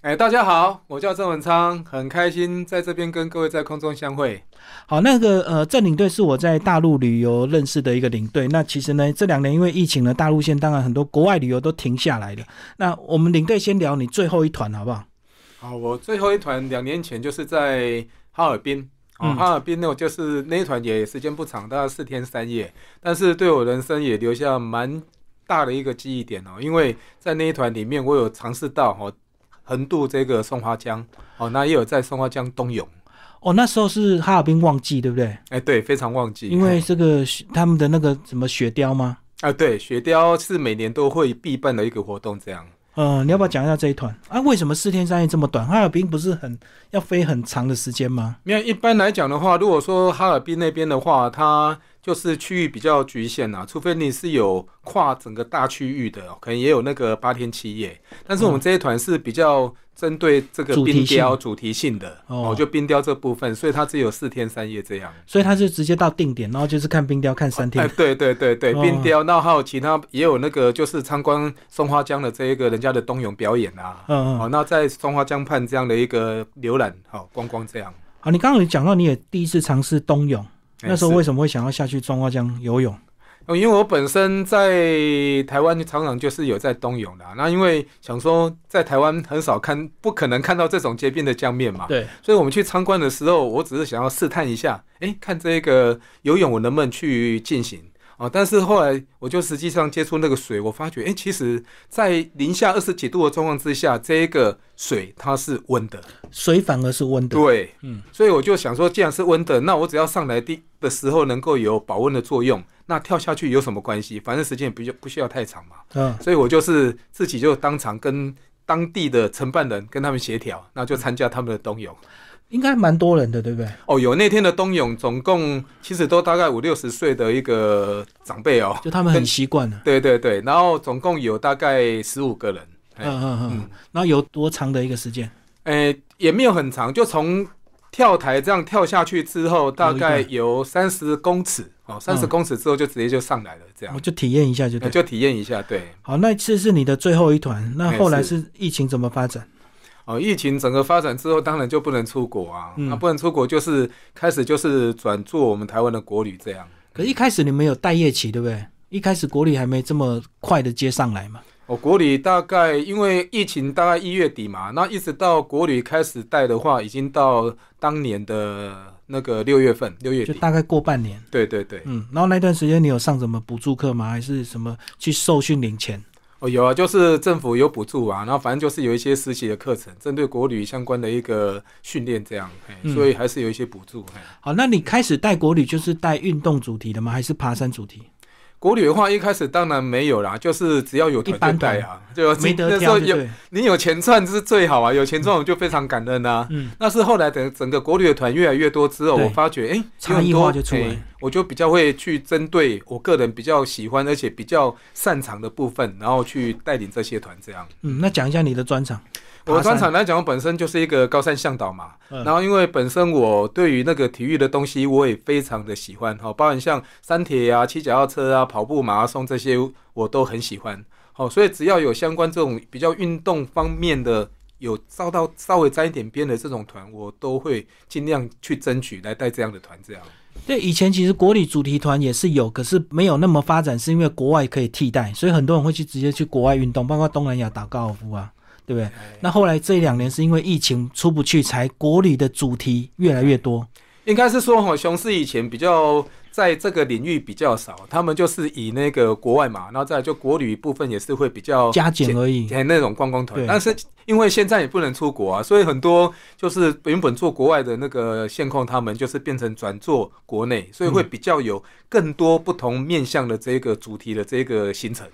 哎，大家好，我叫郑文昌，很开心在这边跟各位在空中相会。好，那个呃，郑领队是我在大陆旅游认识的一个领队。那其实呢，这两年因为疫情呢，大陆线当然很多国外旅游都停下来了。那我们领队先聊你最后一团好不好？好，哦我最后一团两年前就是在哈尔滨。哦，嗯哈尔滨呢，我就是那一团也时间不长，大概四天三夜，但是对我人生也留下蛮大的一个记忆点哦，因为在那一团里面，我有尝试到哦横渡这个松花江，哦，那也有在松花江冬泳，哦，那时候是哈尔滨旺季，对不对？哎，对，非常忘记，因为这个雪他们的那个什么雪雕吗？啊，对，雪雕是每年都会必办的一个活动，这样。呃，你要不要讲一下这一团啊？为什么四天三夜这么短？哈尔滨不是很要飞很长的时间吗？因为一般来讲的话，如果说哈尔滨那边的话，它就是区域比较局限啦、除非你是有跨整个大区域的，哦可能也有那个八天七夜。但是我们这一团是比较针对这个主题冰性雕主题性的哦哦，就冰雕这部分，所以它只有四天三夜这样。所以他是直接到定点，然后就是看冰雕看三天。哎，对对对对，哦冰雕，那还有其他也有那个就是参观松花江的这一个人家的冬泳表演啊。嗯哦，嗯，那在松花江畔这样的一个浏览，好、观光这样。好，你刚刚有讲到你也第一次尝试冬泳，哎那时候是为什么会想要下去中花江游泳？哦，因为我本身在台湾常常就是有在冬泳啦，那因为想说在台湾很少看，不可能看到这种街边的江面嘛，对，所以我们去参观的时候，我只是想要试探一下，诶，看这个游泳我能不能去进行。哦，但是后来我就实际上接触那个水，我发觉，诶，其实，在零下二十几度的状况之下，这个水它是温的，水反而是温的。对，嗯嗯，所以我就想说，既然是温的，那我只要上来第的时候能够有保温的作用，那跳下去有什么关系？反正时间也不就不需要太长嘛。嗯，所以我就是自己就当场跟当地的承办人跟他们协调，那就参加他们的冬泳。应该蛮多人的，对不对？哦，有那天的冬泳，总共其实都大概五六十岁的一个长辈哦。就他们很习惯了。对对对，然后总共有大概十五个人。哎嗯嗯嗯。然后游多长的一个时间？诶、也没有很长，就从跳台这样跳下去之后，大概有三十公尺哦，三十嗯公尺之后就直接就上来了，这样我、、就体验一下就呃对。就体验一下。对，好，那次是你的最后一团，那哎后来是是疫情怎么发展？哦，疫情整个发展之后，当然就不能出国啊，那、嗯不能出国就是开始就是转做我们台湾的国旅这样。可是一开始你们有待业期，对不对？一开始国旅还没这么快的接上来嘛。哦，国旅大概因为疫情大概一月底嘛，那一直到国旅开始带的话，已经到当年的那个六月份，六月就底。大概过半年。对对对，嗯，然后那段时间你有上什么补助课吗？还是什么去受训领钱？哦，有啊，就是政府有补助啊，然后反正就是有一些实习的课程，针对国旅相关的一个训练这样，嘿嗯所以还是有一些补助。嘿好，那你开始带国旅就是带运动主题的吗？还是爬山主题？国旅的话，一开始当然没有啦，就是只要有一团就般带啊，就没得那时候挑，对有对？你有钱赚是最好啊，有钱赚我们就非常感恩啊。嗯，那是后来等整个国旅的团越来越多之后，对我发觉哎，有差很异多化就出来哎我就比较会去针对我个人比较喜欢而且比较擅长的部分，然后去带领这些团这样。嗯，那讲一下你的专场。我爬山专场来讲，我本身就是一个高山向导嘛，嗯然后因为本身我对于那个体育的东西，我也非常的喜欢，哦，包含像山铁啊、骑脚踏车啊、跑步、马拉松这些，我都很喜欢，哦，所以只要有相关这种比较运动方面的，有照到稍微沾一点边的这种团，我都会尽量去争取来带这样的团，这样。对，以前其实国旅主题团也是有，可是没有那么发展，是因为国外可以替代，所以很多人会去直接去国外运动，包括东南亚打高尔夫啊，对不对？那后来这两年是因为疫情出不去，才国旅的主题越来越多。应该是说哈，雄狮以前比较在这个领域比较少，他们就是以那个国外嘛，然后再来就国旅部分也是会比较加减而已以前那种观光团对，但是因为现在也不能出国啊，所以很多就是原本做国外的那个线控，他们就是变成转做国内，所以会比较有更多不同面向的这个主题的这个行程。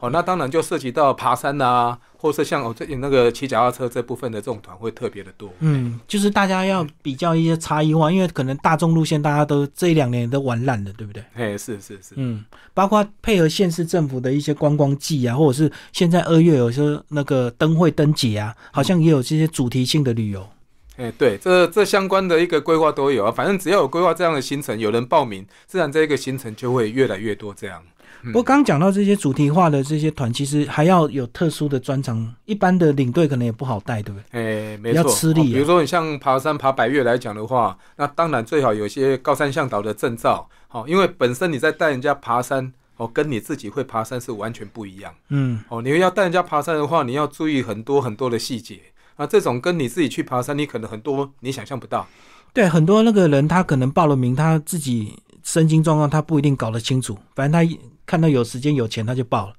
哦，那当然就涉及到爬山啊，或是像哦最近那个骑脚踏车这部分的这种团会特别的多。嗯，就是大家要比较一些差异化，因为可能大众路线大家都这一两年都玩烂了，对不对？嘿，是是是，嗯，包括配合县市政府的一些观光季啊，或者是现在二月有些那个灯会灯节啊，好像也有这些主题性的旅游。哎、对，这这相关的一个规划都有啊，反正只要有规划这样的行程，有人报名，自然这一个行程就会越来越多这样。不过刚讲到这些主题化的这些团，其实还要有特殊的专长，一般的领队可能也不好带，对不对？哎、没比较错，吃力啊哦比如说你像爬山、爬百越来讲的话，那当然最好有一些高山向导的证照，好、因为本身你在带人家爬山，哦，跟你自己会爬山是完全不一样。嗯，哦，你要带人家爬山的话，你要注意很多很多的细节。那这种跟你自己去爬山，你可能很多你想象不到。对，很多那个人他可能报了名，他自己身心状况他不一定搞得清楚，反正他一看到有时间有钱他就报了，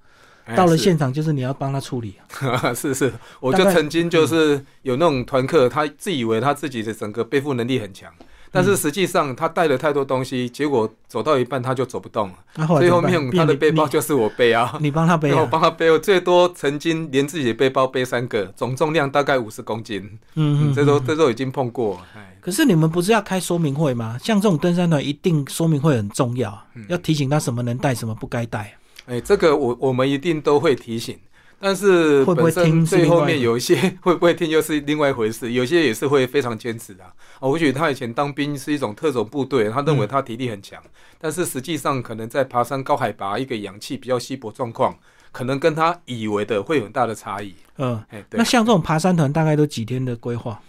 哎到了是现场就是你要帮他处理啊。 是是，我大就概嗯曾经就是有那种团客，他自以为他自己的整个背负能力很强，但嗯是实际上他带了太多东西，结果走到一半他就走不动了，那、后来最怎后么办面变他的你背包就是我背啊你，你帮他背然后我啊，帮他背，我最多曾经连自己的背包背三个，总重量大概五十公斤，嗯嗯，嗯，这都嗯这都已经碰过，哎，可是你们不是要开说明会吗？像这种登山团，一定说明会很重要啊，嗯要提醒他什么能带，什么不该带啊、哎，这个我我们一定都会提醒，但是会不本会身听是最另后外一面回有一些 会不会听又是另外一回事，有些也是会非常坚持的、啊。哦，或许他以前当兵是一种特种部队，他嗯认为他体力很强，但是实际上可能在爬山高海拔一个氧气比较稀薄状况，可能跟他以为的会有很大的差异。嗯，哎，对那。像这种爬山团，大概都几天的规划？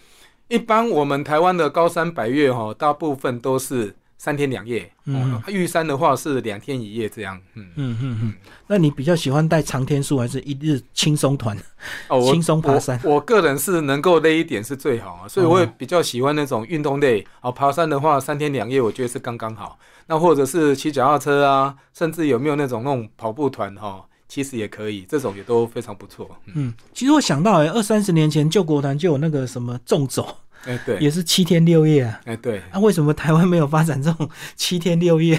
一般我们台湾的高山百越哈、哦，大部分都是三天两夜，嗯哦，玉山的话是两天一夜这样，嗯。嗯嗯嗯。那你比较喜欢带长天数，还是一日轻松团？哦，我轻松爬山哦我。我个人是能够累一点是最好啊，所以我也比较喜欢那种运动类。哦，爬山的话，三天两夜我觉得是刚刚好。那或者是骑脚踏车啊，甚至有没有那种那种跑步团哈、哦，其实也可以，这种也都非常不错。嗯嗯，其实我想到、欸，二三十年前救国团就有那个什么纵走，哎、对，也是七天六夜啊。哎、对，那、为什么台湾没有发展这种七天六夜？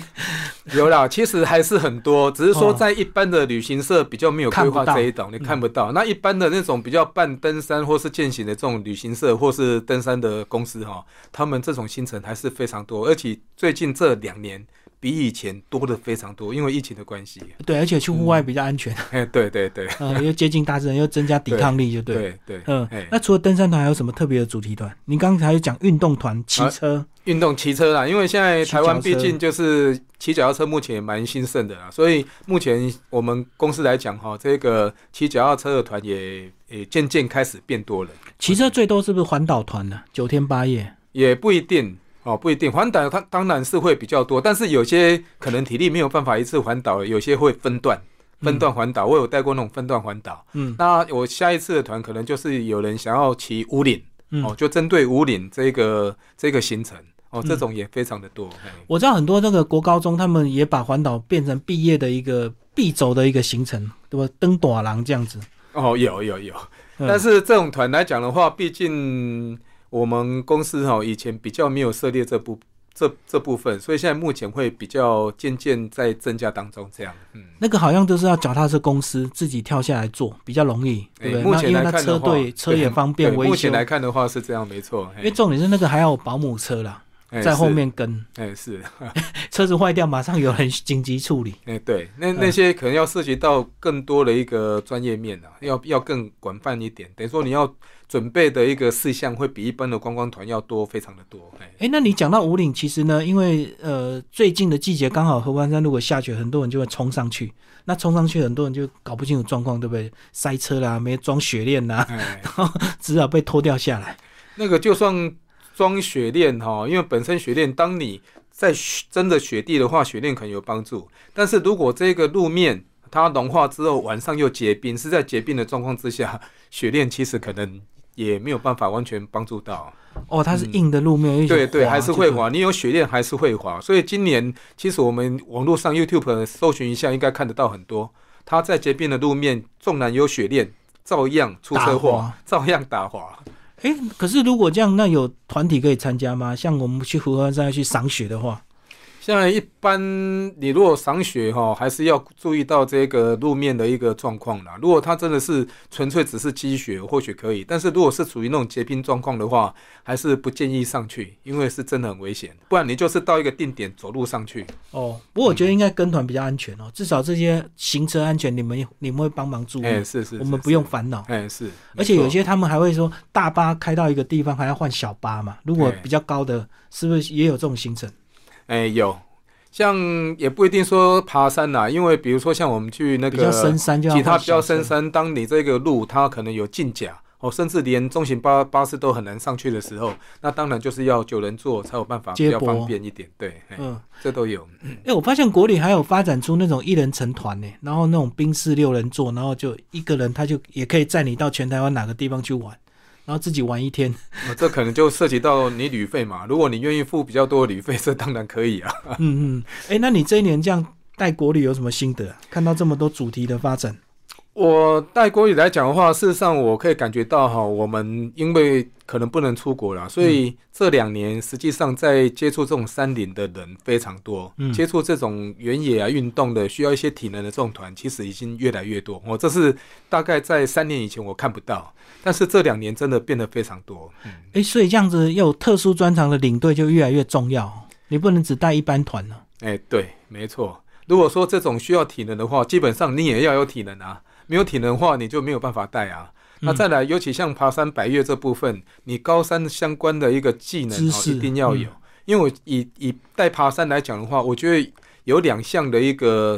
有 啦，其实还是很多，只是说哦在一般的旅行社比较没有规划看不到嗯这一档，你看不到。那一般的那种比较办登山或是践行的这种旅行社或是登山的公司哈、他们这种行程还是非常多，而且最近这两年比以前多的非常多，因为疫情的关 系。 对，而且去户外比较安全，哎，对对对呃，又接近大自然，又增加抵抗力，就对了。对对，嗯哎，那除了登山团，还有什么特别的主题团？你刚才有讲运动团、骑车，运动骑车啦，因为现在台湾骑毕脚车竟就是骑脚踏车目前也蛮兴盛的啦，所以目前我们公司来讲哈，这个骑脚踏车的团也也渐渐开始变多了，骑车最多是不是环岛团呢？九天八夜，也不一定哦，不一定环岛它当然是会比较多，但是有些可能体力没有办法一次环岛，有些会分段。分段环岛，我有带过那种分段环岛。嗯，那我下一次的团可能就是有人想要骑五岭，嗯哦，就针对五岭这个这个行程，哦，这种也非常的多。嘿我知道很多那个国高中，他们也把环岛变成毕业的一个必走的一个行程，对吧？登短廊这样子，哦，有有有，嗯但是这种团来讲的话，毕竟我们公司哈、以前比较没有涉猎这部这这部分，所以现在目前会比较渐渐在增加当中这样。嗯，那个好像就是要脚踏车公司自己跳下来做，比较容易，对诶不对？哎目那前因为来那看车的话，队车也方便对维目修前，来看的话是这样，没错。哎因为重点是那个还要有保姆车啦，为在后，面跟哎、是，车子坏掉，马上有人紧急处理。哎、对，那嗯那些可能要涉及到更多的一个专业面啊，要要更广泛一点，等于说你要准备的一个事项会比一般的观光团要多，非常的多。哎、哎，那你讲到五岭，其实呢，因为呃最近的季节刚好合欢山如果下雪，很多人就会冲上去。那冲上去，很多人就搞不清楚状况，对不对？塞车啦，没装雪链啦，哎。只好被拖掉下来。那个就算装雪链哈，因为本身雪链，当你在雪真的雪地的话，雪链可能有帮助。但是如果这个路面它融化之后，晚上又结冰，是在结冰的状况之下，雪链其实可能也没有办法完全帮助到。哦，它是硬的路面，有一些嗯对对，滑还是会嗯啊就滑，你有雪链还是会滑。所以今年其实我们网络上 YouTube 搜寻一下，应该看得到很多。它在结冰的路面，纵然有雪链，照样出车打祸滑，照样打滑。哎，可是如果这样，那有团体可以参加吗？像我们去合欢山去赏雪的话，现在一般你如果赏雪哈、还是要注意到这个路面的一个状况啦。如果它真的是纯粹只是积雪，或许可以；但是如果是属于那种结冰状况的话，还是不建议上去，因为是真的很危险。不然你就是到一个定点走路上去。哦，不过我觉得应该跟团比较安全嗯哦，至少这些行车安全，你们你们会帮忙注意，哎、是是嗯我们是不用烦恼。哎、是，而且有没错些他们还会说，大巴开到一个地方还要换小巴嘛，如果对比较高的，是不是也有这种行程？哎、有。像也不一定说爬山啦，因为比如说像我们去那比较个深山就要其他换比较小车深，山，当你这个路它可能有进甲哦，甚至连中型巴巴士都很难上去的时候，那当然就是要九人座才有办法比接较驳方便一点。对，嘿嗯，这都有。哦哎、我发现国旅还有发展出那种一人成团呢、然后那种宾士六人座，然后就一个人他就也可以载你到全台湾哪个地方去玩，然后自己玩一 天。哦这可能就涉及到你旅费嘛。如果你愿意付比较多的旅费， 这当然可以啊。嗯嗯，哎、那你这一年这样带国旅有什么心得、啊？看到这么多主题的发展，我带国语来讲的话，事实上我可以感觉到哈，我们因为可能不能出国了，所以这两年实际上在接触这种山林的人非常多，嗯接触这种原野啊运动的需要一些体能的这种团，其实已经越来越多。哦我、这是大概在三年以前我看不到，但是这两年真的变得非常多。嗯哎、所以这样子要有特殊专长的领队就越来越重要哦，你不能只带一般团了。哎、对，没错。如果说这种需要体能的话，基本上你也要有体能啊，没有体能的话，你就没有办法带啊。那嗯再来，尤其像爬山、百越这部分，你高山相关的一个技能、知哦、识嗯一定要有。因为我以以带爬山来讲的话，我觉得有两项的一个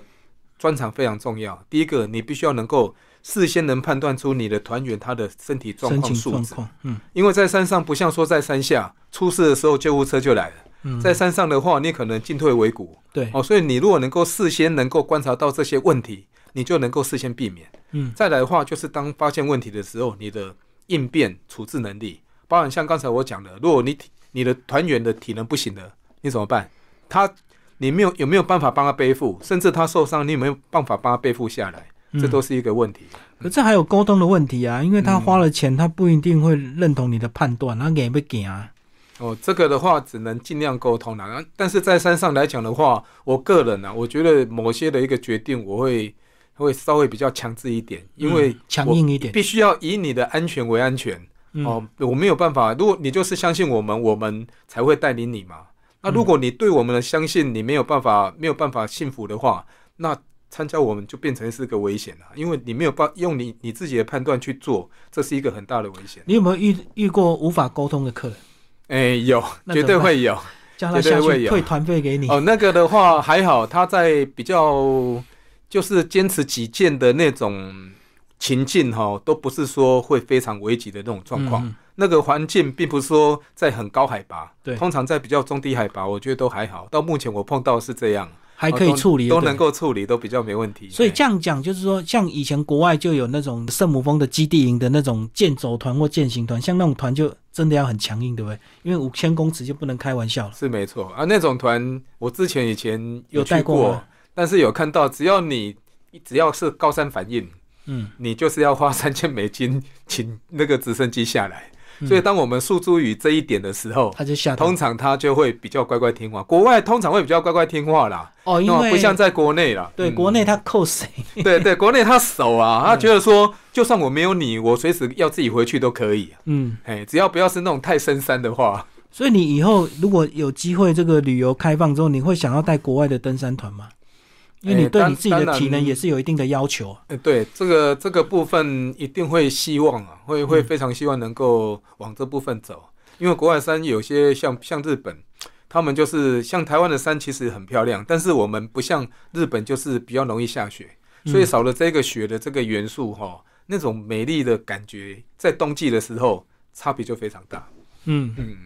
专长非常重要。第一个，你必须要能够事先能判断出你的团员他的身体状申况请素状质，况，嗯因为在山上不像说在山下，出事的时候救护车就来了。嗯，在山上的话，你可能进退维谷，对，哦，所以你如果能够事先能够观察到这些问题，你就能够事先避免。嗯再来的话，就是当发现问题的时候，你的应变处置能力，包含像刚才我讲的，如果你体你的团员的体能不行了，你怎么办？他你没有有没有办法帮他背负，甚至他受伤，你有没有办法帮他背负下来？嗯这都是一个问题。可这还有沟通的问题啊，因为嗯他花了钱，他不一定会认同你的判断，他给不给啊？哦，这个的话只能尽量沟通啦、啊。但是在山上来讲的话，我个人呢、啊，我觉得某些的一个决定，我会会稍微比较强制一点，因为嗯强硬一点，必须要以你的安全为安全。嗯哦，我没有办法，如果你就是相信我们，我们才会带领你嘛。嗯那如果你对我们的相信你没有办法没有办法信服的话，那参加我们就变成是个危险了，因为你没有办用你你自己的判断去做，这是一个很大的危险。你有没有遇遇过无法沟通的客人，哎、有那绝怎么对办会有。叫他绝对下会去有退团费给你？哦，那个的话还好，他在比较就是坚持己见的那种情境哈、都不是说会非常危急的那种状况。嗯那个环境并不是说在很高海拔，对通常在比较中低海拔，我觉得都还好。到目前我碰到是这样，还可以哦都处理，都对不对能。够处理，都比较没问题。所以哎这样讲就是说，像以前国外就有那种圣母峰的基地营的那种健走团或健行团，像那种团就真的要很强硬，对不对？因为五千公尺就不能开玩笑了。是没错啊，那种团我之前以前有带去过吗但是有看到，只要你只要是高山反应，嗯，你就是要花三千美金请那个直升机下来。嗯所以当我们诉诸于这一点的时候，他就吓到通常他就会比较乖乖听话。国外通常会比较乖乖听话啦，哦，因那么为不像在国内啦。对嗯国内他嗯扣谁？对对，国内他守啊，他觉得说，就算我没有你，我随时要自己回去都可以。嗯，哎，只要不要是那种太深山的话， 所以你以后如果有机会这个旅游开放之后，你会想要带国外的登山团吗？因为哎你对当你自己的当然体能也是有一定的要求啊。呃，对这个这个部分一定会希望啊，会嗯会非常希望能够往这部分走，因为国外山有些像像日本，他们就是像台湾的山其实很漂亮，但是我们不像日本就是比较容易下雪，所以嗯少了这个雪的这个元素哈、那种美丽的感觉在冬季的时候差别就非常大。嗯，嗯，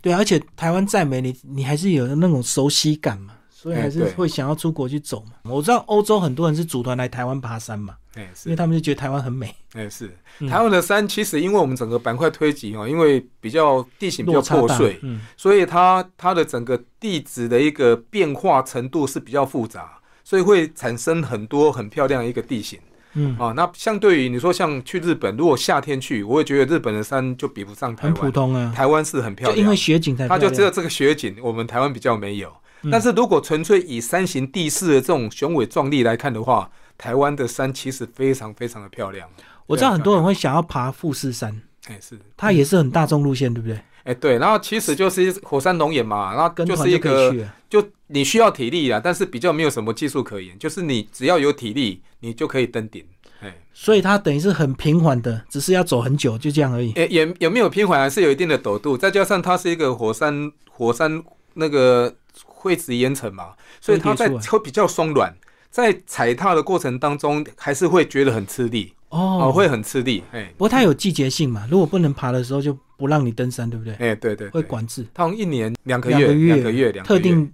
对啊，而且台湾再美，你你还是有那种熟悉感嘛，所以哎还是对会想要出国去走嘛。我知道欧洲很多人是组团来台湾爬山嘛，哎因是为。他们就觉得台湾很美。哎、是嗯台湾的山，其实因为我们整个板块推挤哦，因为比较地形比较落差破大碎，嗯，所以它它的整个地质的一个变化程度是比较复杂，所以会产生很多很漂亮的一个地形嗯，啊。那相对于你说像去日本，如果夏天去，我会觉得日本的山就比不上台很普湾，通啊，台湾是很漂就因为亮，雪景才它漂就亮。只有这个雪景，我们台湾比较没有。嗯但是如果纯粹以山形地势的这种雄伟壮丽来看的话，台湾的山其实非常非常的漂亮。我知道很多人会想要爬富士山，哎，是，它也是很大众路线，对不对？哎对，然后其实就是火山熔岩嘛，然后跟就团是一就可个以去了。就你需要体力啊，但是比较没有什么技术可言，就是你只要有体力，你就可以登顶。哎，所以它等于是很平缓的，只是要走很久，就这样而已。也也也没有偏缓，还是有一定的陡度，再加上它是一个火山火山那个会质岩层嘛，所以它在堆叠出会比较松软，在踩踏的过程当中还是会觉得很吃力哦，哦，会很吃力，哎不过它有季节性嘛，如果不能爬的时候就不让你登山，对不对？哎，对对，对会，管制，它好像一年两个两月个月两个月两个特月定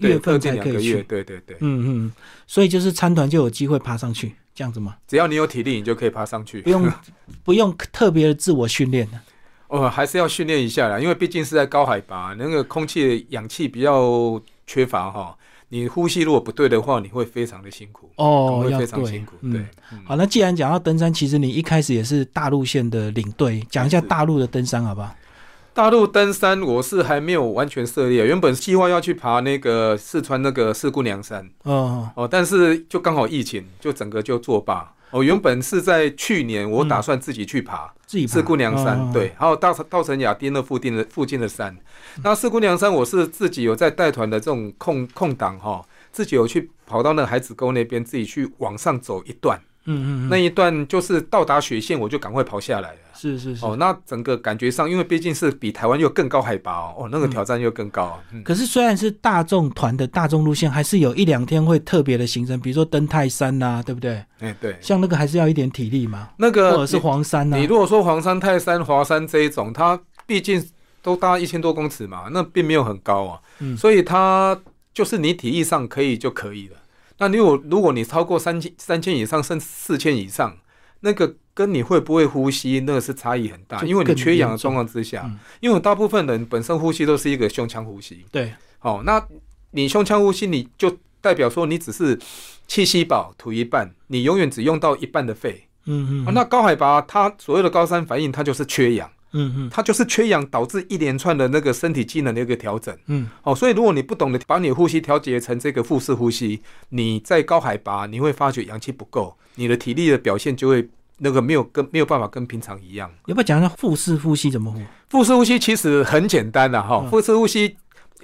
对月份特定才两可个以月，去。对对对，嗯嗯，所以就是参团就有机会爬上去，这样 子嘛，只要你有体力，你就可以爬上去不。用不用特别的自我训练的。 哦，还是要训练一下啦，因为毕竟是在高海拔，那个空气的氧气比较缺乏哈。你呼吸如果不对的话，你会非常的辛苦，哦，会要非常对辛苦，。对嗯，，好，那既然讲到登山，其实你一开始也是大陆线的领队，讲一下是大陆的登山好不好？大陆登山我是还没有完全涉猎，原本计划要去爬那个四川那个四姑娘山哦，哦，但是就刚好疫情，就整个就作罢。哦，原本是在去年我打算自己去爬、自己爬四姑娘山，哦对，还有稻稻城亚丁那附近的附近的山。嗯那四姑娘山我是自己有在带团的这种空空档哈、自己有去跑到那个海子沟那边，自己去往上走一段，嗯嗯那嗯，一段就是到达雪线我就赶快跑下来了。是是是。哦，那整个感觉上，因为毕竟是比台湾又更高海拔哦，哦那个挑战又更高。嗯，可是虽然是大众团的大众路线，还是有一两天会特别的行程，比如说登泰山呐、对不对？哎、对，像那个还是要一点体力嘛，那或个者是黄山啊呐、你，你如果说黄山、泰山、华山这一种，它毕竟都搭一千多公尺嘛，那并没有很高啊，嗯所以它就是你体力上可以就可以了。那你有如果你超过三千、三千以上，甚至四千以上，那个跟你会不会呼吸那个是差异很大，就因为你更缺氧的严重状况之下，嗯因为大部分人本身呼吸都是一个胸腔呼吸，对，哦，那你胸腔呼吸，你就代表说你只是气息饱，吐一半，你永远只用到一半的肺。嗯嗯，啊那高海拔，它所谓的高山反应，它就是缺氧，嗯嗯它就是缺氧导致一连串的那个身体机能的一个调整。嗯，哦，所以如果你不懂得把你的呼吸调节成这个腹式呼吸，你在高海拔你会发觉氧气不够，你的体力的表现就会那个没有跟没有办法跟平常一样。要不要讲一下腹式呼吸怎么呼？腹式呼吸其实很简单啦，哈、嗯腹式呼吸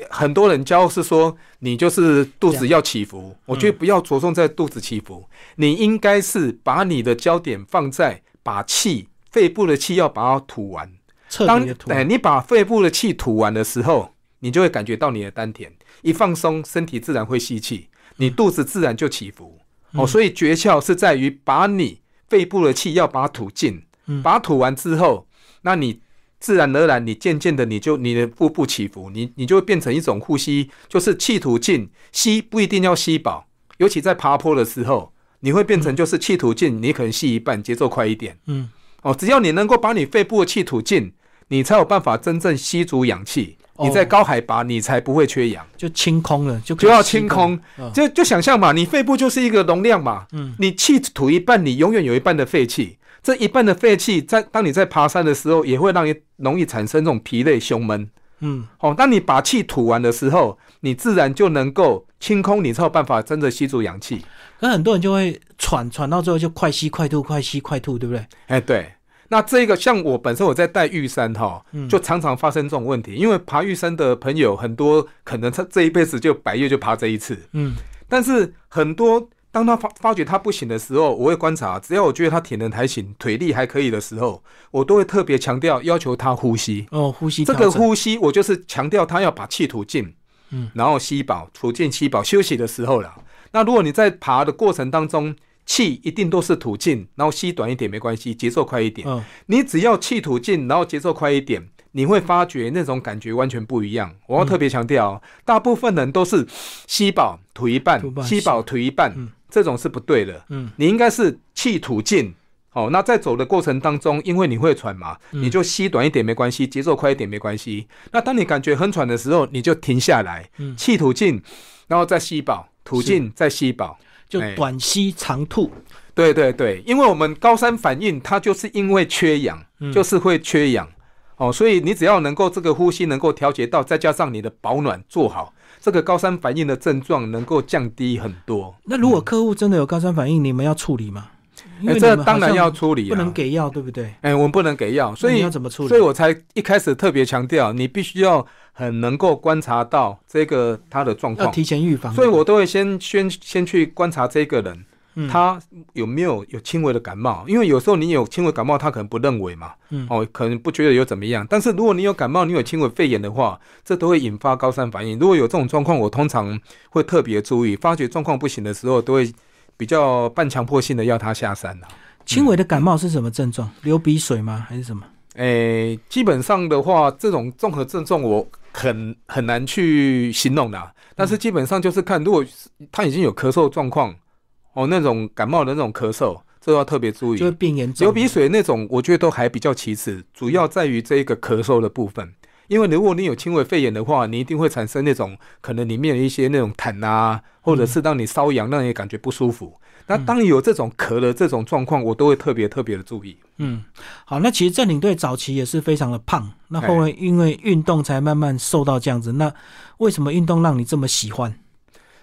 很多人教是说你就是肚子要起伏，我觉得不要着重在肚子起伏，你应该是把你的焦点放在把气肺部的气要把它吐完。彻底的吐哎，你把肺部的气吐完的时候，你就会感觉到你的丹田一放松，身体自然会吸气，你肚子自然就起伏。哦，所以诀窍是在于把你肺部的气要把它吐尽，嗯把它吐完之后，那你自然而然，你渐渐的你就你的腹部起伏，你你就会变成一种呼吸，就是气吐尽，吸不一定要吸饱，尤其在爬坡的时候，你会变成就是气吐尽，你可能吸一半，节奏快一点。嗯，哦，只要你能够把你肺部的气吐尽，你才有办法真正吸足氧气。哦你在高海拔，你才不会缺氧，就清空了，就可就以要吸清饱空。哦嗯就就想象嘛，你肺部就是一个容量嘛，嗯，你气吐一半，你永远有一半的废气。这一半的废气在当你在爬山的时候，也会让你容易产生这种疲累、胸闷。嗯，哦，当你把气吐完的时候，你自然就能够清空，你才有办法真的吸足氧气。可很多人就会喘，喘到最后就快吸快吐，快吸快吐，对不对？哎，对。那这个像我本身我在带玉山哈，就常常发生这种问题，因为爬玉山的朋友很多，可能他这一辈子就百越就爬这一次，嗯，但是很多当他发发觉他不行的时候，我会观察，只要我觉得他体能还行，腿力还可以的时候，我都会特别强调要求他呼吸。哦，呼吸这调个整呼吸，我就是强调他要把气吐尽，嗯，然后吸饱，吐尽吸饱，休息的时候啦。那如果你在爬的过程当中，气一定都是吐尽，然后吸短一点没关系，节奏快一点。嗯，你只要气吐尽，然后节奏快一点，你会发觉那种感觉完全不一样。我要特别强调哦、大部分人都是吸饱吐一半嗯吐，半吸饱吐一半，这种是不对的。嗯，你应该是气吐尽。哦，那在走的过程当中，因为你会喘嘛，嗯你就吸短一点没关系，节奏快一点没关系。那当你感觉很喘的时候，你就停下来，嗯气吐尽，然后再吸饱，吐尽再吸饱。就哎短吸长吐，对对对，因为我们高山反应，它就是因为缺氧，嗯就是会缺氧哦，所以你只要能够这个呼吸能够调节到，再加上你的保暖做好，这个高山反应的症状能够降低很多。那如果客户真的有高山反应，你们要处理吗？因为哎你这们好当然像要处理、啊，不能。给药，对不对？哎，我们不能给药，所那你以要怎么处理？所以我才一开始特别强调，你必须要很能够观察到这个他的状要况。提前预防。所以我都会先先先去观察这个人，嗯他有没有有轻微的感冒？因为有时候你有轻微感冒，他可能不认为嘛，嗯哦，可能不觉得有怎么样。但是如果你有感冒，你有轻微肺炎的话，这都会引发高山反应。如果有这种状况，我通常会特别注意，发觉状况不行的时候，都会比较半强迫性的要他下山啊。轻微的感冒是什么症状？流鼻水吗？还是什么？诶、基本上的话，这种综合症状我很很难去形容啦。但是基本上就是看，如果是他已经有咳嗽状况，哦，那种感冒的那种咳嗽，这要特别注就会意。变严重。流鼻水那种，我觉得都还比较其次，主要在于这一个咳嗽的部分。因为如果你有轻微肺炎的话，你一定会产生那种可能里面有一些那种痰啊，或嗯者是让你瘙痒，让你感觉不舒服。那当你有这种咳的这种状况，我都会特别特别的注意。嗯，好，那其实正领队早期也是非常的胖，那后来因为运动才慢慢瘦到这样子。那为什么运动让你这么喜欢？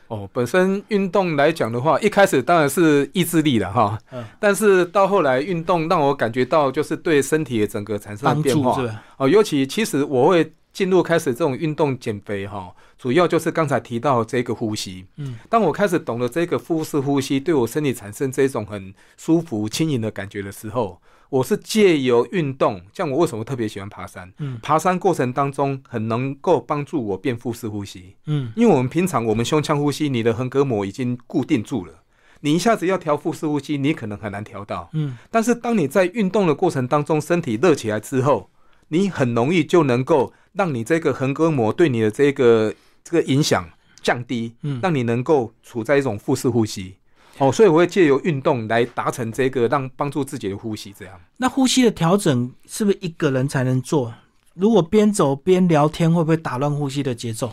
哦，本身运动来讲的话，一开始当然是意志力了哈，嗯但是到后来运动让我感觉到就是对身体整个产生帮了变助化是吧？哦，尤其其实我会进入开始这种运动减肥哈、主要就是刚才提到这个呼吸，嗯，当我开始懂得这个腹式呼吸对我身体产生这种很舒服轻盈的感觉的时候，我是借由运动，像我为什么特别喜欢爬山，嗯爬山过程当中很能够帮助我变腹式呼吸，嗯因为我们平常我们胸腔呼吸，你的横膈膜已经固定住了，你一下子要调腹式呼吸，你可能很难调到。嗯但是当你在运动的过程当中，身体热起来之后，你很容易就能够让你这个横膈膜对你的这个这个影响降低，嗯让你能够处在一种腹式呼吸。哦，所以我会借由运动来达成这个让帮助自己的呼吸，这样。那呼吸的调整是不是一个人才能做？如果边走边聊天，会不会打乱呼吸的节奏？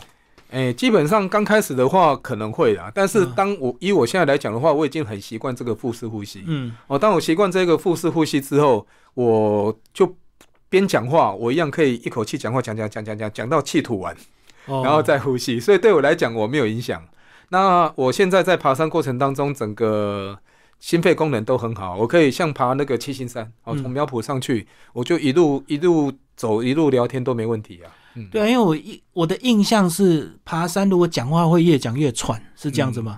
哎、基本上刚开始的话可能会啦，但是嗯当我、以我现在来讲的话，我已经很习惯这个腹式呼吸。嗯哦，当我习惯这个腹式呼吸之后，我就边讲话，我一样可以一口气讲话，讲讲讲讲讲讲到气吐完，哦然后再呼吸。所以对我来讲，我没有影响。那我现在在爬山过程当中，整个心肺功能都很好，我可以像爬那个七星山，哦，嗯从苗圃上去，我就一路一路走，一路聊天都没问题啊。嗯，对啊，因为我一我的印象是爬山如果讲话会越讲越喘，是这样子吗？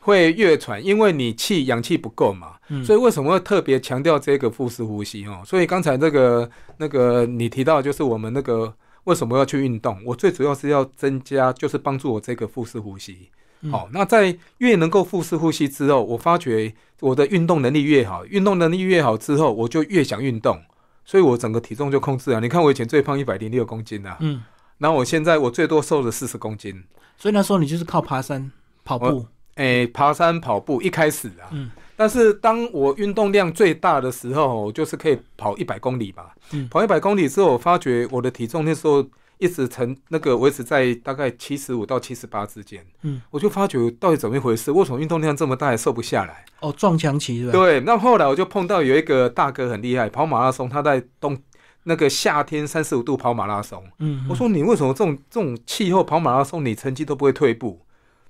会越喘，因为你气氧气不够嘛。嗯所以为什么会特别强调这个腹式呼吸哦？所以刚才这个那个你提到，就是我们那个为什么要去运动？我最主要是要增加，就是帮助我这个腹式呼吸。嗯好、那在越能够腹式呼吸之后，我发觉我的运动能力越好，运动能力越好之后，我就越想运动，所以我整个体重就控制了。你看我以前最胖一百零六公斤啊，嗯，然后我现在我最多瘦了四十公斤。所以那时候你就是靠爬山、跑步，诶、哎爬山跑步一开始啊，嗯但是当我运动量最大的时候，我就是可以跑一百公里吧。嗯跑一百公里之后，我发觉我的体重那时候一直成那个维持在大概七十五到七十八之间。嗯，我就发觉到底怎么一回事？为什么运动量这么大还瘦不下来？哦，撞墙期是吧？对，那后来我就碰到有一个大哥很厉害，跑马拉松，他在冬那个夏天三十五度跑马拉松。嗯，嗯我说你为什么这种这种气候跑马拉松，你成绩都不会退步？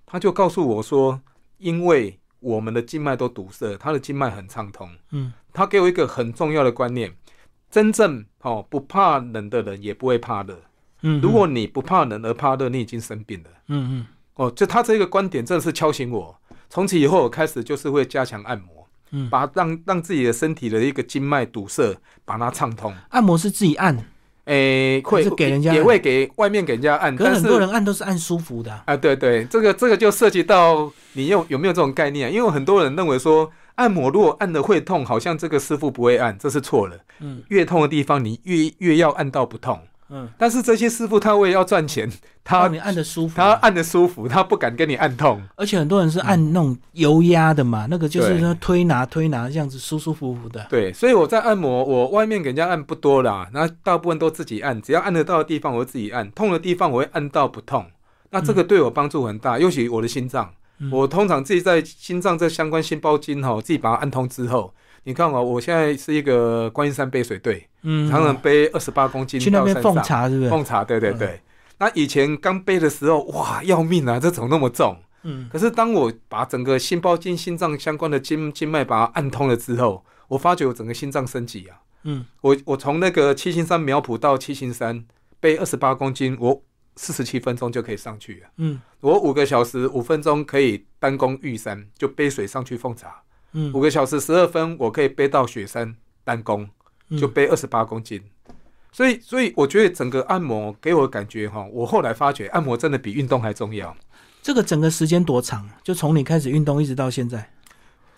他就告诉我说，因为我们的静脉都堵塞，他的静脉很畅通。嗯他给我一个很重要的观念：真正哦不怕冷的人也不会怕热。嗯，如果你不怕冷而怕热，你已经生病了。嗯嗯哦，就他这个观点真的是敲醒我。从此以后，我开始就是会加强按摩，嗯把让让自己的身体的一个静脉堵塞把它畅通。按摩是自己嗯按，诶、会还是给人家也按会给外面给人家按，可是但很多人按都是按舒服的啊、啊，对对，这个这个就涉及到你有有没有这种概念、因为很多人认为说按摩如果按的会痛，好像这个师傅不会按，这是错了。嗯越痛的地方你越越要按到不痛，嗯，但是这些师傅他为了要赚钱，他让你按的舒服他啊、按的舒服，他不敢跟你按痛。而且很多人是按那种油压的嘛，那个就是嗯对说推拿推拿这样子舒舒服服的。 对，所以我在按摩，我外面给人家按不多啦，那大部分都自己按，只要按得到的地方我会自己按，痛的地方我会按到不痛。那这个对我帮助很大，尤其我的心脏，嗯我通常自己在心脏这相关心包经哈、自己把它按通之后，你看哦，我现在是一个观音山背水队，嗯，常常背二十八公斤去那到边山奉上茶是不嗯是？奉茶，对对对。那以前刚背的时候，哇，要命啊，这怎么那么重？嗯，可是当我把整个心包经、心脏相关的经经脉把它按通了之后，我发觉我整个心脏升级啊！嗯，我我从那个七星山苗圃到七星山背二十八公斤，我四十七分钟就可以上去了。嗯我五个小时五分钟可以单攻玉山，就背水上去奉茶；嗯，五个小时十二分，我可以背到雪山单攻，嗯就背二十八公斤。所以，所以我觉得整个按摩给我的感觉哈，我后来发觉按摩真的比运动还重要。这个整个时间多长？就从你开始运动一直到现在，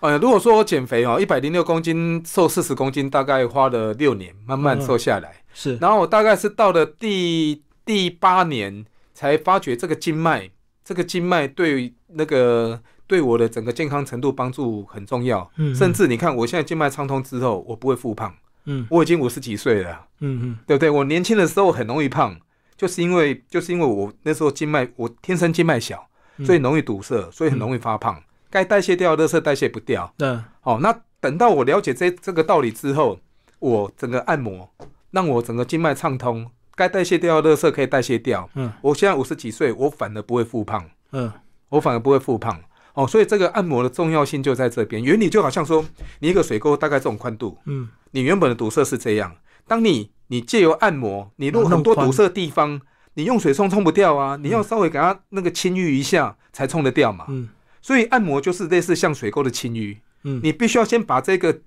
呃，如果说我减肥哦，一百零六公斤瘦四十公斤，大概花了六年慢慢瘦下来。是然后我大概是到了第第八年才发觉这个经脉，这个经脉对那个对我的整个健康程度帮助很重要。嗯甚至你看我现在经脉畅通之后，我不会复胖，嗯我已经五十几岁了，嗯嗯对不对？我年轻的时候很容易胖，就是因为就是因为我那时候经脉我天生经脉小，嗯所以容易堵塞，所以很容易发胖。该代谢掉的热色代谢不掉，嗯好、那等到我了解这这个道理之后，我整个按摩，让我整个经脉畅通，该代谢掉的垃圾可以代谢掉。嗯，我现在五十几岁，我反而不会复胖，嗯我反而不会复胖。哦，所以这个按摩的重要性就在这边。原理就好像说，你一个水沟大概这种宽度，嗯你原本的堵塞是这样，当你你借由按摩，你如果把它弄很多宽堵塞的地方，你用水冲冲不掉啊，你要稍微给它那个清淤一下才冲得掉嘛。嗯所以按摩就是类似像水沟的清淤，嗯，你必须要先把这个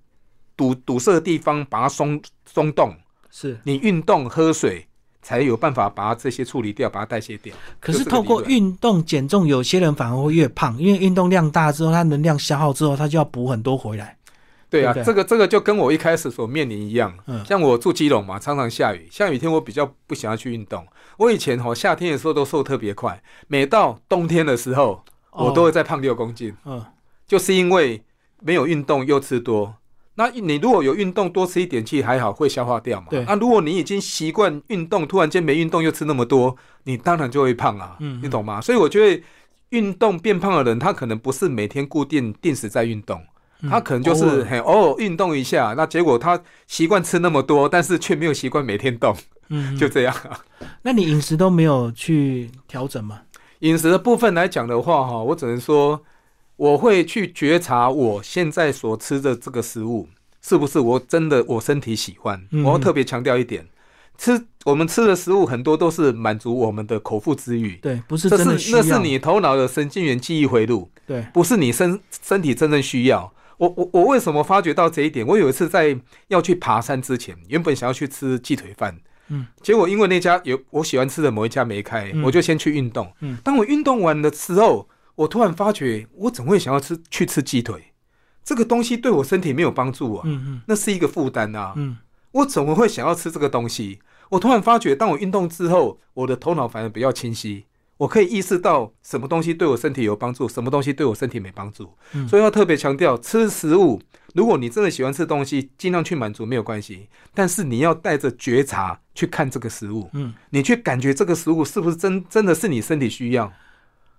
堵堵塞的地方把它松松动，是。你运动喝水才有办法把它这些处理掉，把它代谢掉。可就是这个透理过论运动减重，有些人反而会越胖，因为运动量大之后，他能量消耗之后，他就要补很多回来。对啊，对不这对个这个就跟我一开始所面临一样。嗯像我住基隆嘛，常常下雨，下雨天我比较不想要去运动。我以前哦，夏天的时候都瘦特别快，每到冬天的时候，我都哦会再胖六公斤。嗯就是因为没有运动又吃多。那你如果有运动，多吃一点，其实还好，会消化掉嘛。对那如果你已经习惯运动，突然间没运动又吃那么多，你当然就会胖啊。嗯嗯你懂吗？所以我觉得运动变胖的人，他可能不是每天固定定时在运动，嗯他可能就偶是尔很偶尔运动一下。那结果他习惯吃那么多，但是却没有习惯每天动，嗯，就就这样。那你饮食都没有去调整吗？饮食的部分来讲的话，哈，我只能说我会去觉察我现在所吃的这个食物是不是我真的我身体喜欢。嗯我要特别强调一点，吃我们吃的食物很多都是满足我们的口腹之欲，对，不是这真是的需要。那是你头脑的神经元记忆回路，对，不是你身身体真正需要。我我我为什么发觉到这一点？我有一次在要去爬山之前，原本想要去吃鸡腿饭，嗯，结果因为那家有我喜欢吃的某一家没开，嗯我就先去运动。嗯，当我运动完的时候，我突然发觉，我怎么会想要吃去吃鸡腿？这个东西对我身体没有帮助啊，嗯那是一个负担啊。嗯我怎么会想要吃这个东西？我突然发觉，当我运动之后，我的头脑反而比较清晰，我可以意识到什么东西对我身体有帮助，什么东西对我身体没帮助。嗯所以要特别强调，吃食物，如果你真的喜欢吃东西，尽量去满足没有关系，但是你要带着觉察去看这个食物，嗯。你去感觉这个食物是不是真真的是你身体需要。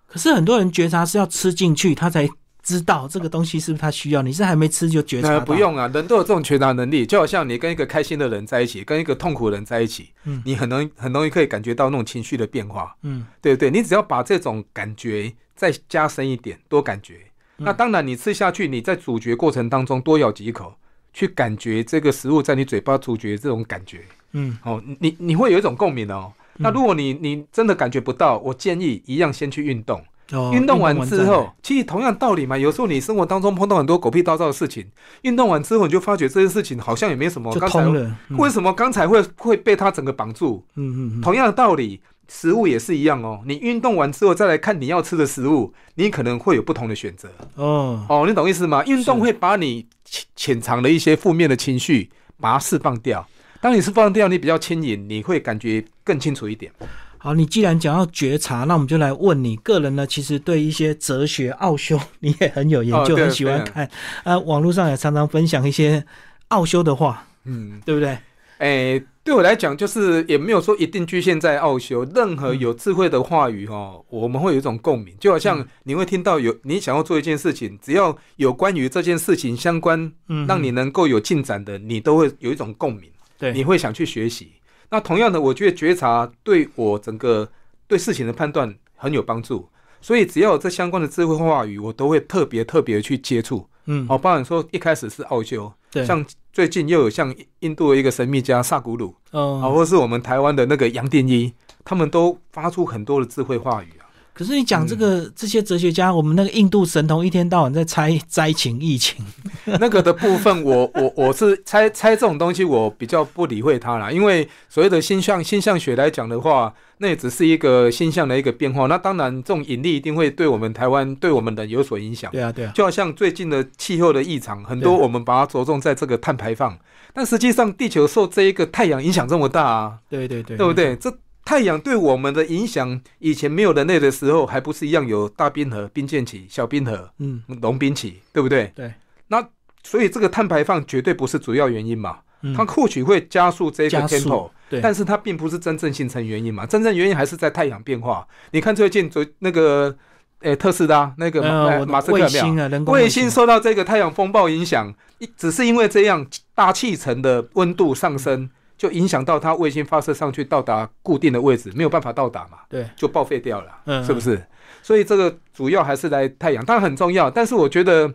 可是很多人觉察是要吃进去，他才知道这个东西是不是他需要。你是还没吃就觉察那到？不，用啊，人都有这种觉察能力，就好像你跟一个开心的人在一起，跟一个痛苦的人在一起，嗯你很容易很容易可以感觉到那种情绪的变化。嗯对不对？你只要把这种感觉再加深一点，多感觉。嗯那当然，你吃下去，你在咀嚼过程当中多咬几口，去感觉这个食物在你嘴巴咀嚼这种感觉。嗯哦，你你你会有一种共鸣哦。那如果你你真的感觉不到，我建议一样先去运动。哦运动完之再后，其实同样道理嘛。有时候你生活当中碰到很多狗屁叨叨的事情，运动完之后你就发觉这件事情好像也没什么。就刚才通了。嗯为什么刚才会会被它整个绑住？嗯嗯嗯同样的道理，食物也是一样哦。你运动完之后再来看你要吃的食物，你可能会有不同的选择哦，哦。你懂意思吗？运动是会把你潜潜藏的一些负面的情绪把它释放掉。当你释放掉，你比较轻盈，你会感觉更清楚一点。好，你既然讲到觉察，那我们就来问你个人呢，其实对一些哲学奥修你也很有研哦究，对很喜欢对看。啊，网络上也常常分享一些奥修的话，嗯，对不对？哎，对我来讲，就是也没有说一定局限在奥修，任何有智慧的话语哦，我们会有一种共鸣，就好嗯像你会听到有你想要做一件事情，只要有关于这件事情相关，嗯，让你能够有进展的，你都会有一种共鸣。你对，会想去学习。那同样的，我觉得觉察对我整个对事情的判断很有帮助。所以只要有这相关的智慧话语，我都会特别特别去接触。嗯，哦，包含说一开始是奥修，对，像最近又有像印度的一个神秘家萨古鲁，啊、哦，或是我们台湾的那个杨定一，他们都发出很多的智慧话语啊。 可是你讲这嗯个、这些哲学家，我们那个印度神童一天到晚在猜灾情疫情，那个的部分我，我我是猜猜这种东西，我比较不理会它啦。因为所谓的星象星象学来讲的话，那也只是一个星象的一个变化。那当然，这种引力一定会对我们台湾、对我们人有所影响。对啊对啊，就好像最近的气候的异常，很多对我们把它着重在这个碳排放，但实际上地球受这一个太阳影响这么大啊，对对对，对不？对？这太阳对我们的影响，以前没有人类的时候，还不是一样有大冰河、冰溅起、小冰河、嗯，龙冰起，对不对？对。那所以这个碳排放绝对不是主要原因嘛，嗯它或许会加速这个加速 tempo，对但是它并不是真正形成原因嘛，真正原因还是在太阳变化。你看最近昨那个，诶、特斯拉那个马、呃，呃、我马斯克卫有没有？星啊，人工卫星星受到这个太阳风暴影响，一只是因为这样大气层的温度上升，就影响到它卫星发射上去到达固定的位置，没有办法到达嘛，对，就报废掉了，嗯是不是？所以这个主要还是来太阳，当然很重要，但是我觉得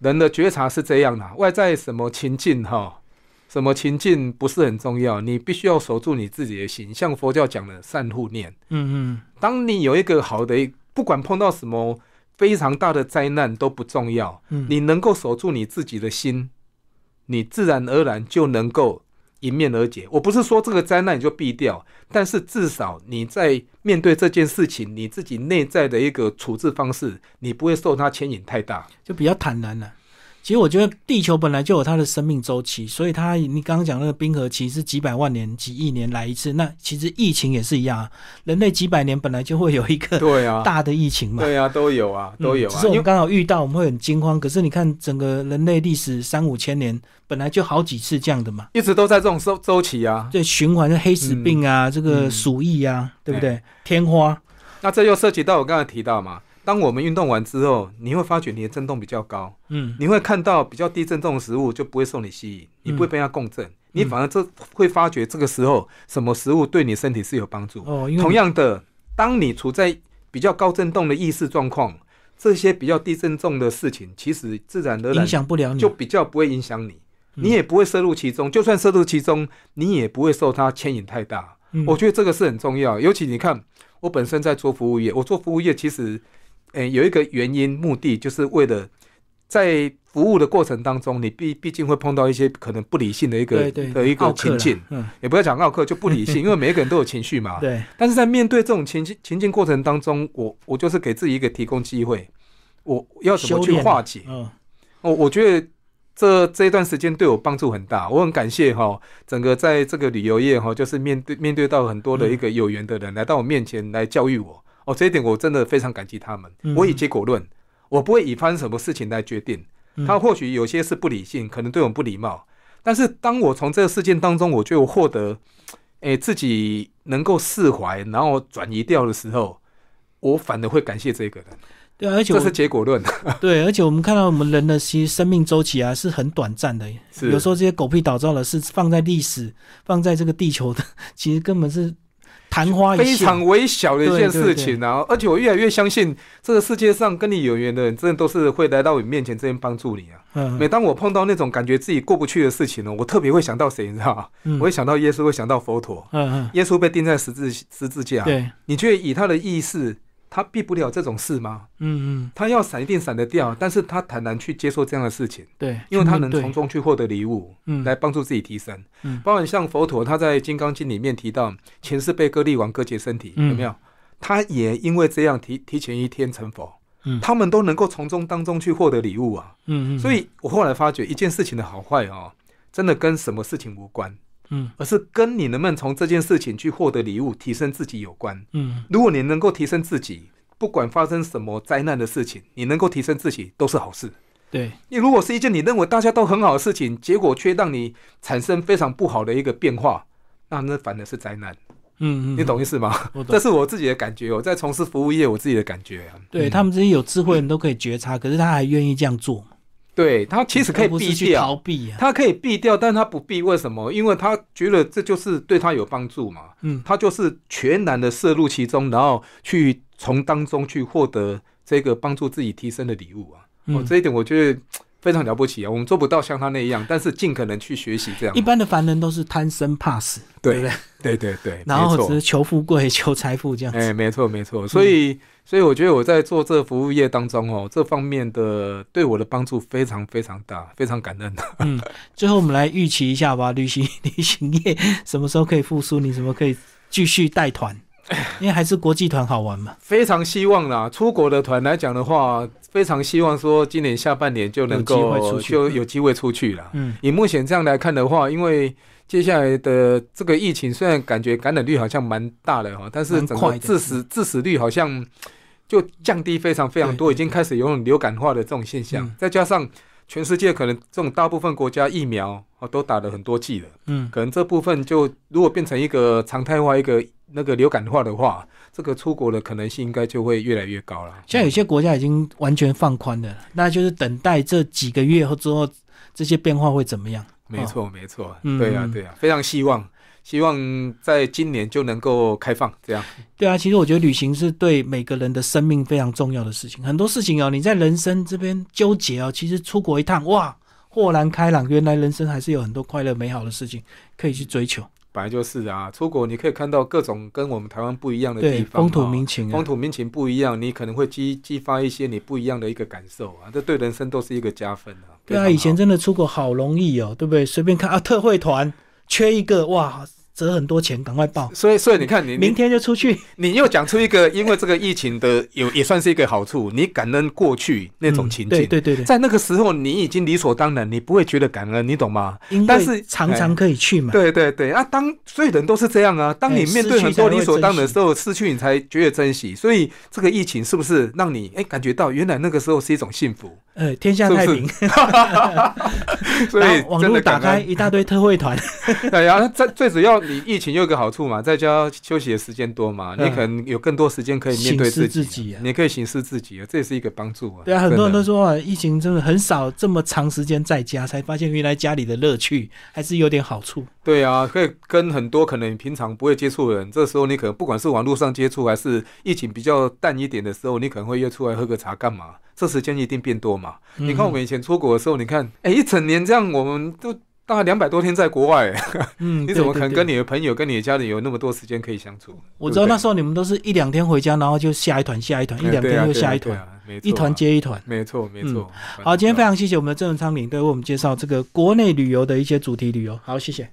人的觉察是这样啦，外在什么情境哈。什么情境不是很重要，你必须要守住你自己的心，像佛教讲的善护念。嗯嗯，当你有一个好的一，不管碰到什么非常大的灾难都不重要，嗯你能够守住你自己的心，你自然而然就能够迎面而解。我不是说这个灾难你就避掉，但是至少你在面对这件事情，你自己内在的一个处置方式，你不会受它牵引太 大。就比较坦然了、其实我觉得地球本来就有它的生命周期，所以它你刚刚讲那个冰河期是几百万年、几亿年来一次。那其实疫情也是一样啊，人类几百年本来就会有一个对啊，大的疫情嘛，对啊，都有啊，都有嗯只啊。是我因们为刚好遇到，我们会很惊慌。可是你看，整个人类历史三五千年本来就好几次这样的嘛，一直都在这种周周期啊，这循环的黑死病啊，这个嗯哎鼠疫啊，对不对？天花，那这又涉及到我刚才提到嘛，当我们运动完之后，你会发觉你的震动比较高，嗯， 你会看到比较低振动的食物就不会受你吸引，你不会被它共振，你反而这会发觉这个时候什么食物对你身体是有帮助。哦，因为同样的，当你处在比较高振动的意识状况，这些比较低振动的事情，其实自然而影然响不了你，啊就比较不会影响你，嗯你也不会摄入其中。就算摄入其中，你也不会受它牵引太大。嗯我觉得这个是很重要。尤其你看，我本身在做服务业，我做服务业其实，诶、有一个原因目的，就是为了在服务的过程当中，你毕毕竟会碰到一些可能不理性的一个对对的一个奥克啦情境，啊嗯，也不要讲傲客就不理 性，因为每一个人都有情绪嘛。对，但是在面对这种情境情境过程当中，我我就是给自己一个提供机会，我要怎么修去炼化解？嗯，我哦我觉得这这一段时间对我帮助很大，我很感谢哈、整个在这个旅游业哈、就是面对面对到很多的嗯一个有缘的人来到我面前来教育我，哦，这一点我真的非常感激他们。嗯我以结果论，我不会以发生什么事情来决定，嗯他或许有些是不理性，可能对我们不礼貌，但是当我从这个事件当中，我觉得我获得，诶、自己能够释怀，然后转移掉的时候。我反而会感谢这个人，对啊，而且这我是结果论。对，而且我们看到我们人的其实生命周期啊是很短暂的，是有时候这些狗屁倒灶的事放在历史、放在这个地球的，其实根本是昙花一非现。常微小的一件事对对情啊！而且我越来越相信，这个世界上跟你有缘的人，真的都是会来到你面前，这边帮助你啊。嗯，每当我碰到那种感觉自己过不去的事情呢，我特别会想到谁，你知道吗？嗯我会想到耶稣，会想到佛陀。嗯耶稣被钉在十字十字嗯，架，对，你觉得以他的意识，他避不了这种事吗？嗯嗯，他要闪一定闪得掉，但是他坦然去接受这样的事情，对，因为他能嗯去面对从中去获得礼物。嗯来帮助自己提升。嗯包含像佛陀，他在《金刚经》里面提到前世被割力王割截身体，嗯有没有？他也因为这样提提前一天成佛，嗯他们都能够从中当中去获得礼物啊。嗯嗯，所以我后来发觉，一件事情的好坏哦，真的跟什么事情无关，嗯而是跟你能不能从这件事情去获得礼物、提升自己有关。嗯如果你能够提升自己，不管发生什么灾难的事情，你能够提升自己都是好事。对，你如果是一件你认为大家都很好的事情，结果却让你产生非常不好的一个变化，那那反而是灾难。嗯嗯，你懂意思 吗？ 我懂这。是我自己的感觉，哦我在从事服务业，我自己的感觉啊。对嗯他们这些有智慧的人都可以觉察，可是他还愿意这样做，对他其实可以而不避是去掉逃，避啊。他可以避掉，但他不避，为什么？因为他觉得这就是对他有帮助嘛。嗯他就是全然的摄入其中，然后去从当中去获得这个帮助自己提升的礼物啊。哦，嗯，这一点我觉得非常了不起啊！我们做不到像他那样，但是尽可能去学习这样一。般的凡人都是贪生怕死，对不对？对对对，然没后嗯错只是求富贵、 求财富这样哎、子。没错没错，所以、所以我觉得我在做这服务业当中哦，这方面的对我的帮助非常非常大，非常感恩。 嗯，最后我们来预期一下吧，旅行 旅行业什么时候可以复苏？你什么可以继续带 团？因为还是国际团好玩嘛。非常希望啦，出国的团来讲的话，非常希望说今年下半年就能有机会够出去就有机会出去啦。嗯，以目前这样来看的话，因为接下来的这个疫情虽然感觉感染率好像蛮大的哈，但是蛮整快个的嗯致死致死率好像就降低非常非常多，对对已经开始有种流感化的这种现象。嗯再加上全世界可能这种大部分国家疫苗哦都打了很多剂了，嗯，可能这部分就如果变成一个常态化、一个那个流感化的话，这个出国的可能性应该就会越来越高了。像有些国家已经完全放宽了，那就是等待这几个月后之后这些变化会怎么样？没错，没错，嗯对呀、嗯对呀、非常希望，希望在今年就能够开放这样。对啊，其实我觉得旅行是对每个人的生命非常重要的事情。很多事情哦，你在人生这边纠结哦，其实出国一趟，哇，豁然开朗，原来人生还是有很多快乐美好的事情可以去追求。本来就是啊，出国你可以看到各种跟我们台湾不一样的地对，方，风土哦民情啊风，土民情不一样，你可能会激激发一些你不一样的一个感受啊，这对人生都是一个加分啊。非对常啊，好以前真的出国好容易哦，对不对？随便看啊，特惠团缺一个，哇，折很多钱，赶快报，所以所以你看你明你天就出去。你又讲出一个，因为这个疫情的有也算是一个好处，你感恩过去那种情境，嗯对对对对，在那个时候你已经理所当然，你不会觉得感恩，你懂吗？因但是哎为常常可以去嘛。对对对啊，当所以人都是这样啊，当你哎面失对去很才多会理所当然的珍惜时候，失去你才觉得珍惜，所以这个疫情是不是让你哎感觉到原来那个时候是一种幸福？ 呃，天下太平，所以然后网真络的打感开 恩。一大堆特 惠团，对呀、啊，最最主要你疫情有一个好处嘛，在家休息的时间多嘛，嗯你可能有更多时间可以面对省思自己，自己啊你可以省思自己，这也是一个帮助啊。对啊，很多真人的都说啊，疫情真的很少这么长时间在家，才发现原来家里的乐趣还是有点好处。对啊，可以跟很多可能平常不会接触的人，这时候你可能不管是网络上接触，还是疫情比较淡一点的时候，你可能会约出来喝个茶干嘛？这时间一定变多嘛。嗯你看我们以前出国的时候，你看，哎，一整年这样，我们都大概两百多天在国外，哎 嗯，嗯，你怎么可能对对跟对你的朋友、跟你的家里有那么多时间可以相处？我知道对不对那时候你们都是一两天回家，然后就下一团下一团，一哎两对天啊又对啊下一对团，啊没错啊一团接一团。没错没错。啊好，今天非常常谢谢我们的郑文昌领队为我们介绍这个国内旅游的一些主题旅游。好，谢谢。